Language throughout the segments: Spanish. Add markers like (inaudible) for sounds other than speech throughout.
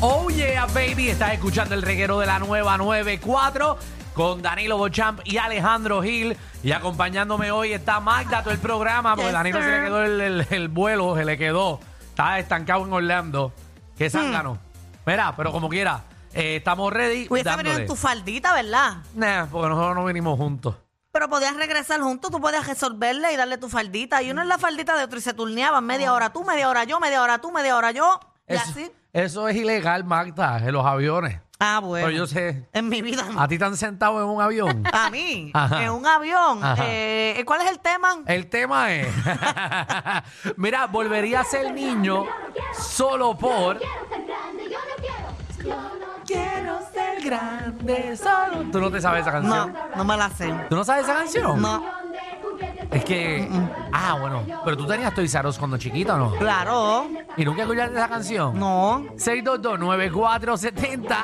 Oh yeah, baby, estás escuchando el reguero de la nueva 94 con Danilo Bochamp y Alejandro Gil. Y acompañándome hoy está Magda, todo el programa, porque Yes, Danilo se sir. le quedó el, el- el vuelo, se le quedó. Está estancado en Orlando. Hmm. Qué zángano. Mira, pero como quiera, eh, estamos ready. Hubiese venido dándole. en tu faldita, ¿verdad? Nah, porque nosotros no vinimos juntos. Pero podías regresar juntos, tú podías resolverle y darle tu faldita. Y uno en la faldita de otro y se turneaban media hora tú, media hora yo, media hora tú, media hora yo. Y Eso, así. eso es ilegal, Magda, en los aviones. Ah, bueno. Pero yo sé, En mi vida. (laughs) a ti te han sentado en un avión. A mí, Ajá. en un avión. Ajá. Eh, ¿Cuál es el tema? El tema es, (laughs) mira, volvería a ser niño solo por... Quiero ser grande solo. ¿Tú no te sabes esa No, canción? no me la sé. ¿Tú no sabes esa canción? No, Es que... Ah, bueno. Pero tú tenías Toys R Us cuando chiquito, ¿no? claro, ¿Y nunca escuchaste esa canción? no. 6229470.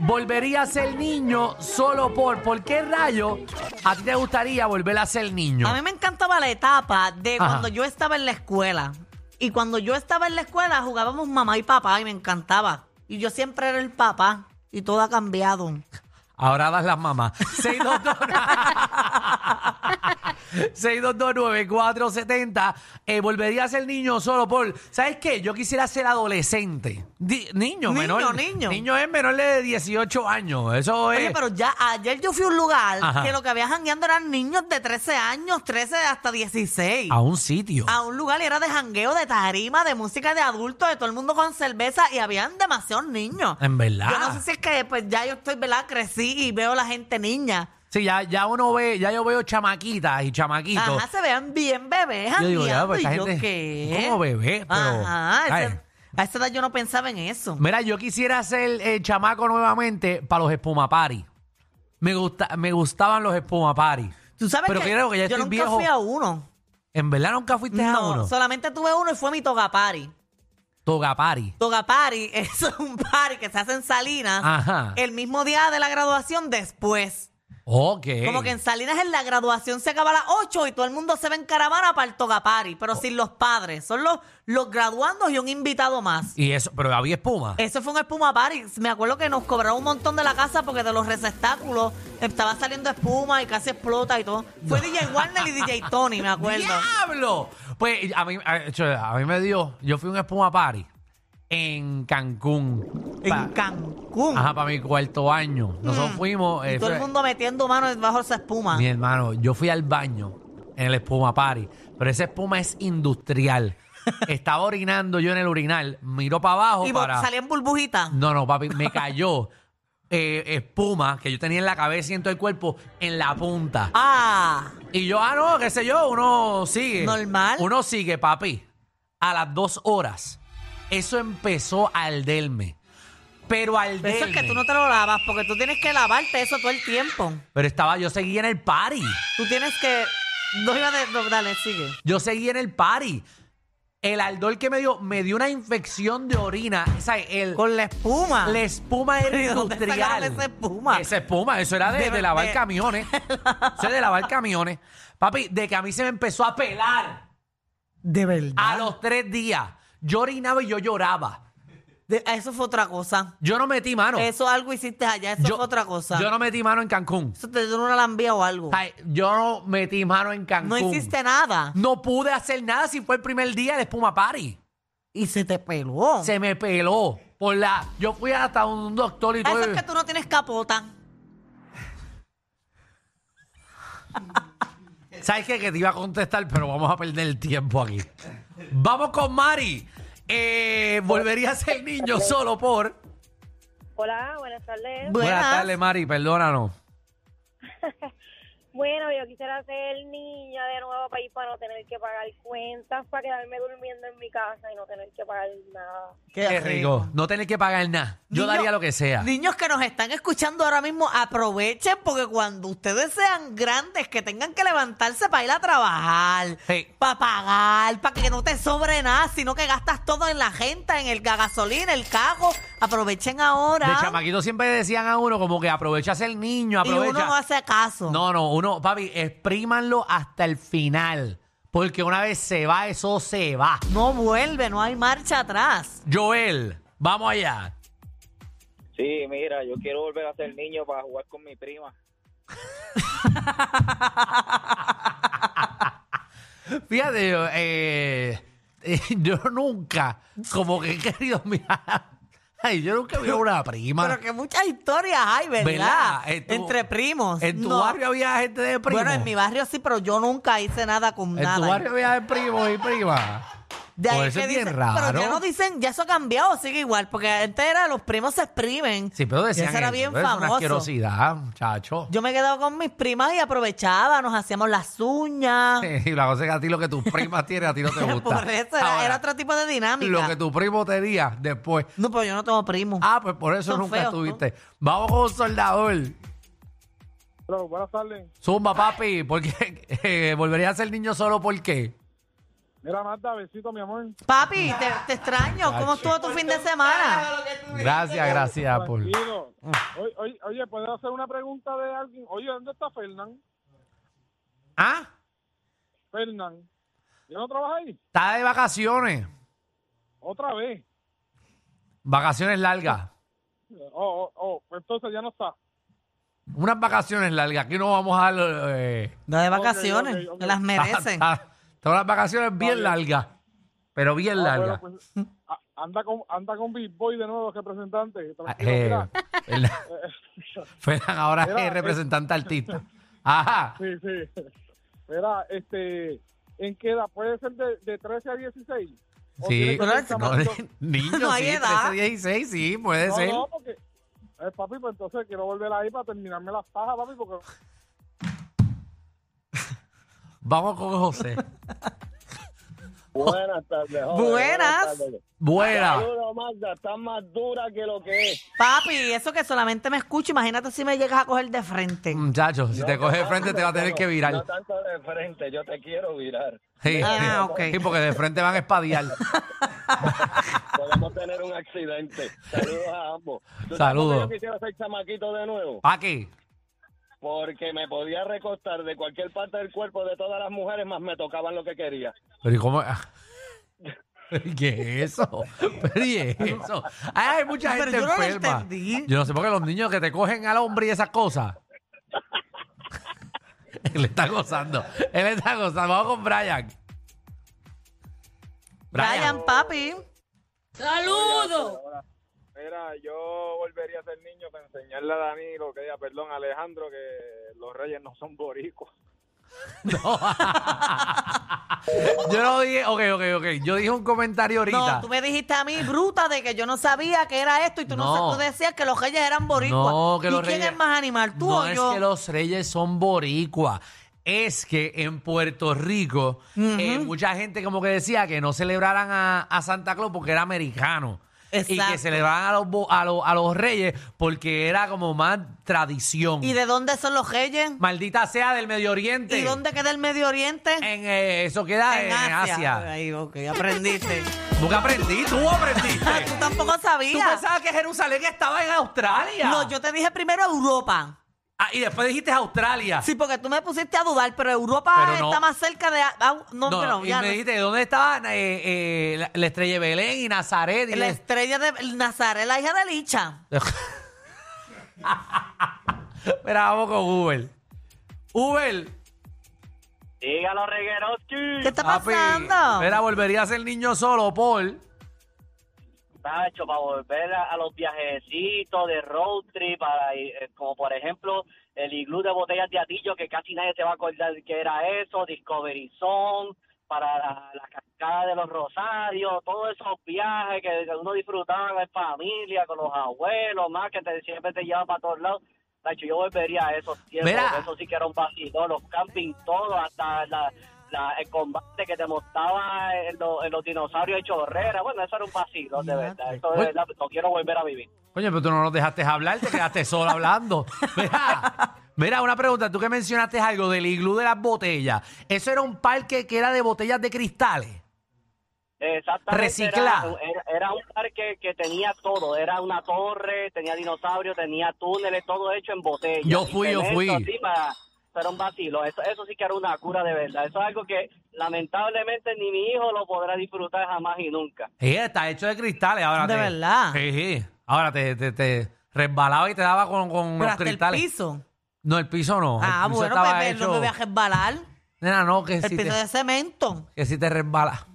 Volvería a ser niño solo por... ¿Por qué rayo a ti te gustaría volver a ser niño? A mí me encantaba la etapa de Ajá. cuando yo estaba en la escuela. Y cuando yo estaba en la escuela jugábamos mamá y papá y me encantaba. Y yo siempre era el papá y todo ha cambiado. Ahora das las mamás. (laughs) 6229470. Eh, volvería a ser niño solo por. ¿Sabes qué? Yo quisiera ser adolescente. Di- niño, Niño, menor. niño. Niño es menor de 18 años. Eso es. Oye, pero ya ayer yo fui a un lugar Ajá. que lo que había jangueando eran niños de 13 años, 13 hasta 16. A un sitio. A un lugar y era de jangueo, de tarima, de música de adultos, de todo el mundo con cerveza y habían demasiados niños. En verdad. Yo no sé si es que pues ya yo estoy, ¿verdad? Crecí y veo la gente niña. Sí, ya, ya uno ve, ya yo veo chamaquitas y chamaquitos. Ajá, se vean bien bebés Yo digo, ya, jangueando, pues, esta ¿y yo gente qué? como bebé, pero- Ajá, a Ay. esa- a esa edad yo no pensaba en eso. Mira, yo quisiera ser eh, chamaco nuevamente para los espumapari. Me, gusta, me gustaban los espumapari. Tú sabes pero que, creo que ya yo estoy nunca viejo. fui a uno. ¿En verdad nunca fuiste a No, uno? solamente tuve uno y fue mi togapari. Togapari. (laughs) Togapari es un party que se hace en Salinas Ajá. el mismo día de la graduación después. Ok. Como que en Salinas en la graduación se acaba a las 8 y todo el mundo se va en caravana para el togapari, Oh. pero sin los padres. Son los, los graduandos y un invitado más. Y eso, pero había espuma. Eso fue un espuma party. Me acuerdo que nos cobraron un montón de la casa porque de los receptáculos estaba saliendo espuma y casi explota y todo. Fue DJ Warner y DJ Tony, me acuerdo. (laughs) ¡Diablo! Pues a mí, a, hecho, a mí me dio, yo fui a un espuma party en Cancún. Pa- En Cancún. Mm. Ajá, para mi cuarto año. Nosotros fuimos. eh, Y todo el fue- mundo metiendo manos bajo esa espuma. Mi hermano, yo fui al baño en el espuma party, pero esa espuma es (laughs) industrial. Estaba orinando yo en el urinal, miro para abajo Y bo- para. salían burbujitas. No, no, papi, me cayó eh, espuma que yo tenía en la cabeza y en todo el cuerpo en la punta. Ah, Y yo, ah, no, qué sé yo, uno sigue. Normal. Uno sigue, papi. A las dos horas. Eso empezó a alderme. Pero al eso es que tú no te lo lavas porque tú tienes que lavarte eso todo el tiempo. Pero estaba, yo seguía en el party. Tú tienes que... No iba de... no, dale, sigue. Yo seguía en el party. El aldol que me dio, me dio una infección de orina. O sea, el, Con la espuma. la espuma era (laughs) ¿Y dónde industrial. sacaron esa espuma? Esa espuma, eso era de, De- de lavar de- (laughs) camiones. eso es de lavar camiones. Papi, de que a mí se me empezó a pelar De verdad. a los tres días. Yo orinaba y yo lloraba. De- Eso fue otra cosa. Yo no metí mano. Eso algo hiciste allá, eso yo, fue otra cosa. Yo no metí mano en Cancún. Eso te dio una lambía o algo. O sea, yo no metí mano en Cancún. No hiciste nada. No pude hacer nada si fue el primer día de Espuma Party. Y se te peló. Se me peló. Por la... Yo fui hasta un doctor y todo. Ah, Eso es que tú no tienes capota. ¿Sabes qué? Que te iba a contestar, pero vamos a perder el tiempo aquí. Vamos con Mari. Eh, volvería a ser niño solo por... Hola, buenas tardes. Buenas. tardes, Mari. Perdónanos. Bueno, yo quisiera ser niña de nuevo para ir para no tener que pagar cuentas, para quedarme durmiendo en mi casa y no tener que pagar nada. Qué, rico. No tener que pagar nada. Yo Niño- daría lo que sea. Niños que nos están escuchando ahora mismo, aprovechen porque cuando ustedes sean grandes, que tengan que levantarse para ir a trabajar, Sí. para pagar, para que no te sobre nada, sino que gastas todo en la gente, en el la gasolina, el cajo. Aprovechen ahora. De chamaquito siempre decían a uno como que aprovecha ser niño, y aprovecha. uno no hace caso. No, no, uno, papi, exprímanlo hasta el final. Porque una vez se va, eso se va. No vuelve, no hay marcha atrás. Joel, vamos allá. Sí, mira, yo quiero volver a ser niño para jugar con mi prima. Fíjate, yo, eh, (laughs) eh, yo nunca, como que he querido mirar. Ay, yo nunca vi a una prima. Pero que muchas historias hay, ¿verdad? ¿Verdad? En tu- Entre primos. En tu No. barrio había gente de primo. Bueno, en mi barrio sí, pero yo nunca hice nada con En nada. tu barrio había de primo y prima. De ahí Pues eso que es bien dicen- raro. Pero ya no dicen, ya eso ha cambiado, sigue igual, porque antes era los primos se exprimen. Sí, pero decían Eso era eso, bien eso es una famoso. asquerosidad, muchacho. Yo me quedaba con mis primas y aprovechaba, nos hacíamos las uñas. (laughs) (laughs) Y la cosa es que a ti lo que tus primas tienen, a ti no te gusta. Por eso era, Ahora, era otro tipo de dinámica. Lo que tu primo tenía después. No, pero yo no tengo primos. Ah, pues por eso Son nunca feos, ¿no? estuviste. Vamos con un soldador. Pero buenas tardes. Zumba, papi. Porque volvería a ser niño solo, ¿por qué? Mira, Marta, besito, mi amor. Papi, te, te extraño. ¿Cómo estuvo tu fin de semana? Gracias, gracias Ah, por. Tranquilo. Oye, oye, oye, ¿puedo hacer una pregunta de alguien? Oye, ¿dónde está Fernán? Ah, Fernán. ¿Ya no trabaja ahí? está de vacaciones. Otra vez. Vacaciones largas. Oh, oh, oh, pues entonces ya no está. Unas vacaciones largas. Aquí no vamos a dar. eh, No, de vacaciones. ok, ok. que Las merecen. hasta- hasta unas vacaciones bien largas. Pero bien Ah, largas. bueno, pues, a- anda con, anda con Big Boy de nuevo, representante. Ah, Tranquilo, eh, mira. Fernan- Fernan ahora Mira, es representante artista. Ajá. Sí, sí. (laughs) Mira, este, ¿en qué edad? ¿Puede ser de, de 13 a 16? ¿O Sí. tiene que ser Pero- (laughs) No, chamaquito? niño, No hay sí, edad. 13, 16, sí, puede No, ser. no, porque... eh, papi, pues entonces quiero volver ahí para terminarme las pajas, papi, porque... Vamos con José. Buenas tardes. joven, Buenas. tardes. Buena. Saludos, Magda. Estás más dura que lo que es. Papi, eso que solamente me escucho, imagínate si me llegas a coger de frente. Muchachos, si te coge de frente te va a tener que virar. No tanto de frente, yo te quiero virar. Sí, Ah, sí. ok. Sí, porque de frente van a espadear. Podemos tener un accidente. Saludos a ambos. ¿Tú sabes Saludos. por qué Yo quisiera ser chamaquito de nuevo. Paqui, Porque me podía recostar de cualquier parte del cuerpo de todas las mujeres, más me tocaban lo que quería. pero ¿y cómo? (laughs) ¿Qué es eso? ¿Pero y eso? Ay, hay mucha Ah, Pero gente yo no lo enferma. entendí. Yo no sé por qué los niños que te cogen al hombre y esas cosas. (laughs) Él está gozando. Él está gozando. Vamos con Brian. Brian, papi. Mira, yo volvería a ser niño para enseñarle a Dani lo que ella, perdón, a Alejandro, que los reyes no son boricos. No. (laughs) Yo no dije, ok, ok, ok. Yo dije un comentario ahorita. No, tú me dijiste a mí, bruta, de que yo no sabía que era esto y tú no, No. sé, tú decías que los reyes eran boricuas. No, que ¿Y los quién reyes- es más animal, tú no o yo? es que los reyes son boricua. Es que en Puerto Rico eh, mucha gente como que decía que no celebraran a, a Santa Claus porque era americano. Y que Exacto. celebraran a los, bo- a, los, a los reyes porque era como más tradición. ¿Y de dónde son los reyes? Maldita sea del Medio Oriente. ¿Y dónde queda el Medio Oriente? Ah, En, eh, eso queda en, Asia. Ahí, ok, (laughs) aprendiste. Ah, Nunca aprendí, tú aprendiste. (laughs) tú tampoco ¿Tú sabías. pensabas que Jerusalén estaba en Australia? No, yo te dije primero Europa. Ah, y después dijiste Australia. Sí, porque tú me pusiste a dudar, pero Europa Pero no. está más cerca de... ah, no, No, pero y ya me no. dijiste, ¿dónde estaban eh, eh, la, la estrella de Belén y Nazaret? Y La le- (laughs) estrella de Nazaret, la hija de Licha. Mira, vamos con Uber. Uber, Dígalo, ¿Qué Regueroski. está papi, pasando? Mira, volvería a ser niño solo, Paul. Nacho, para volver a, a los viajecitos de road trip, para ir, eh, como por ejemplo el iglú de botellas de atillo, que casi nadie se va a acordar que era eso, Discovery Zone, para la, la cascada de los rosarios, todos esos viajes que uno disfrutaba en familia, con los abuelos, más que te, siempre te llevan para todos lados. Nacho, yo volvería a esos tiempos, Mira. porque eso sí que era un vacilón, los camping, todo, hasta la... la- el combate que te montaba en, los- en los dinosaurios de chorrera, bueno, eso era un vacilón, de verdad. Eso Oye. de verdad, no quiero volver a vivir. Coño, pero tú no nos dejaste hablar, te quedaste solo (laughs) hablando. Mira, mira, una pregunta. Tú que mencionaste algo del iglú de las botellas. Eso era un parque que era de botellas de cristales. Exactamente. Reciclar. Era, era- era un parque que tenía todo. Era una torre, tenía dinosaurios, tenía túneles, todo hecho en botella. Yo fui, Y yo tener fui. eso así para- eso era un vacilo. Eso, eso sí que era una cura de verdad. Eso es algo que lamentablemente ni mi hijo lo podrá disfrutar jamás y nunca. Sí, está hecho de cristales ahora. De te- verdad. Sí, sí. Ahora te, te, te- resbalaba y te daba con, con Pero los hasta el cristales. piso. No, el piso no. Ah, el piso bueno, estaba Pepe, no hecho- me voy a resbalar. Nena, no, que El si, piso te, de cemento. que si te resbala.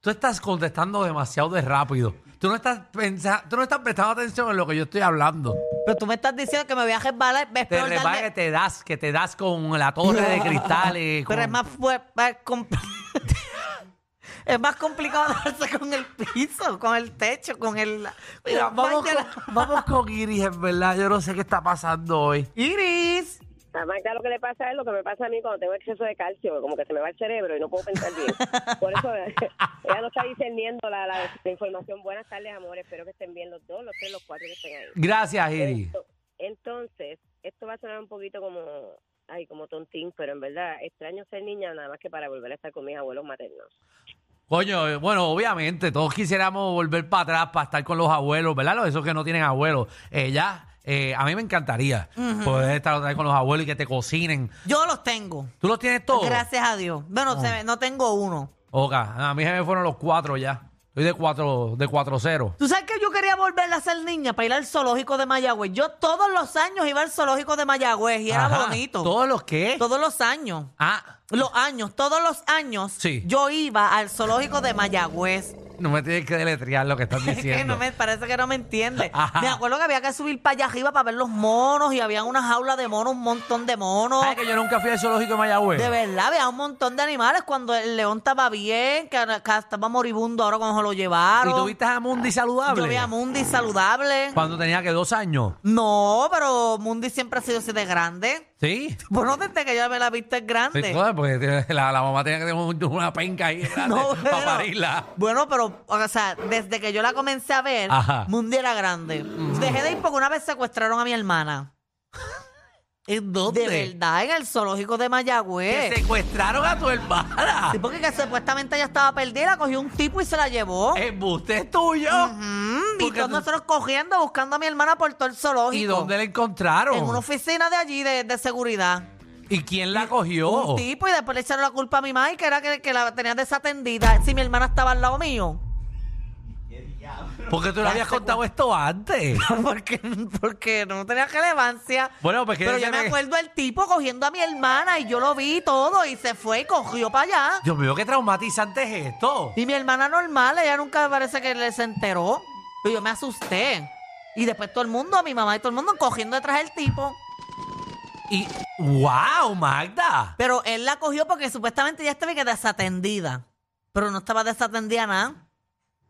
Tú estás contestando demasiado de rápido. Tú no estás pensa- tú no estás prestando atención en lo que yo estoy hablando. Pero tú me estás diciendo que me voy a resbalar. Es Te peor resbala darle- que te das, que te das con la torre de cristales. (laughs) con- Pero es más fu- más compl- (laughs) Es más complicado darse con el piso, con el techo, con el... Mira, con vamos parte de la- con, vamos con Iris, en verdad. Yo no sé qué está pasando hoy. Iris. A Magda lo que le pasa es lo que me pasa a mí cuando tengo exceso de calcio, como que se me va el cerebro y no puedo pensar bien. Por eso (laughs) ella no está discerniendo la, la, la información. Buenas tardes, amor. Espero que estén bien los dos, los tres, los cuatro que estén ahí. Gracias, Iris. Esto- entonces, esto va a sonar un poquito como, ay, como tontín, pero en verdad extraño ser niña nada más que para volver a estar con mis abuelos maternos. Coño, eh, bueno, obviamente, todos quisiéramos volver para atrás para estar con los abuelos, ¿verdad? Los esos que no tienen abuelos. Eh, ya, eh, a mí me encantaría poder estar otra vez con los abuelos y que te cocinen. Yo los tengo. ¿Tú los tienes todos? Gracias a Dios. Bueno, se me- no tengo uno. Ok, a mí se me fueron los cuatro ya. Estoy de cuatro, de cuatro cero. ¿Tú sabes que yo quería volver a ser niña para ir al zoológico de Mayagüez? Yo todos los años iba al zoológico de Mayagüez y era Ajá. bonito. ¿Todos los qué? Todos los años. Ah, Los años, todos los años Sí. yo iba al zoológico de Mayagüez. no me tienes que deletrear lo que estás (laughs) Es diciendo. que no me parece que no me entiende. Ajá. Me acuerdo que había que subir para allá arriba para ver los monos y había una jaula de monos, un montón de monos. ¿Sabes Ah, que yo nunca fui al zoológico de Mayagüez? De verdad, había un montón de animales cuando el león estaba bien, que, ahora- que estaba moribundo ahora cuando se lo llevaron. ¿Y tuviste a Mundi saludable? Yo vi a Mundi saludable. Cuando tenía que dos años. No, pero Mundi siempre ha sido así de grande. ¿Sí? Bueno, desde que yo me la he visto es grande. Sí, claro, porque tiene- la, la mamá tenía que tener un- una penca (laughs) ahí grande No, para bueno. parirla. Bueno, pero, o sea, desde que yo la comencé a ver, Ajá. Mm. Mundi era grande. Dejé de ir porque una vez secuestraron a mi hermana. (laughs) ¿En De verdad, en el zoológico de Que Mayagüez. secuestraron a tu hermana. Sí, porque que supuestamente ella estaba perdida, la cogió un tipo y se la llevó. Embuste es tuyo. Mm, y Eh, porque todos tú- nosotros cogiendo, buscando a mi hermana por todo el zoológico. ¿Y dónde la encontraron? En una oficina de allí, de, de seguridad. ¿Y quién la cogió? Un tipo y después le echaron la culpa a mi madre, que era que, que la tenía desatendida. Si mi hermana estaba al lado mío. (laughs) Porque tú le Ya habías se- contado esto antes. porque, porque no tenía relevancia. Bueno, pues, ¿qué Pero dice yo me que- acuerdo el tipo cogiendo a mi hermana y yo lo vi todo y se fue y cogió para allá. Dios mío, qué traumatizante es esto. Y mi hermana normal, ella nunca parece que le se enteró. Y yo me asusté. Y después todo el mundo, mi mamá y todo el mundo cogiendo detrás del tipo. Y, wow, Magda. Pero él la cogió porque supuestamente ya estaba que desatendida. Pero no estaba desatendida nada.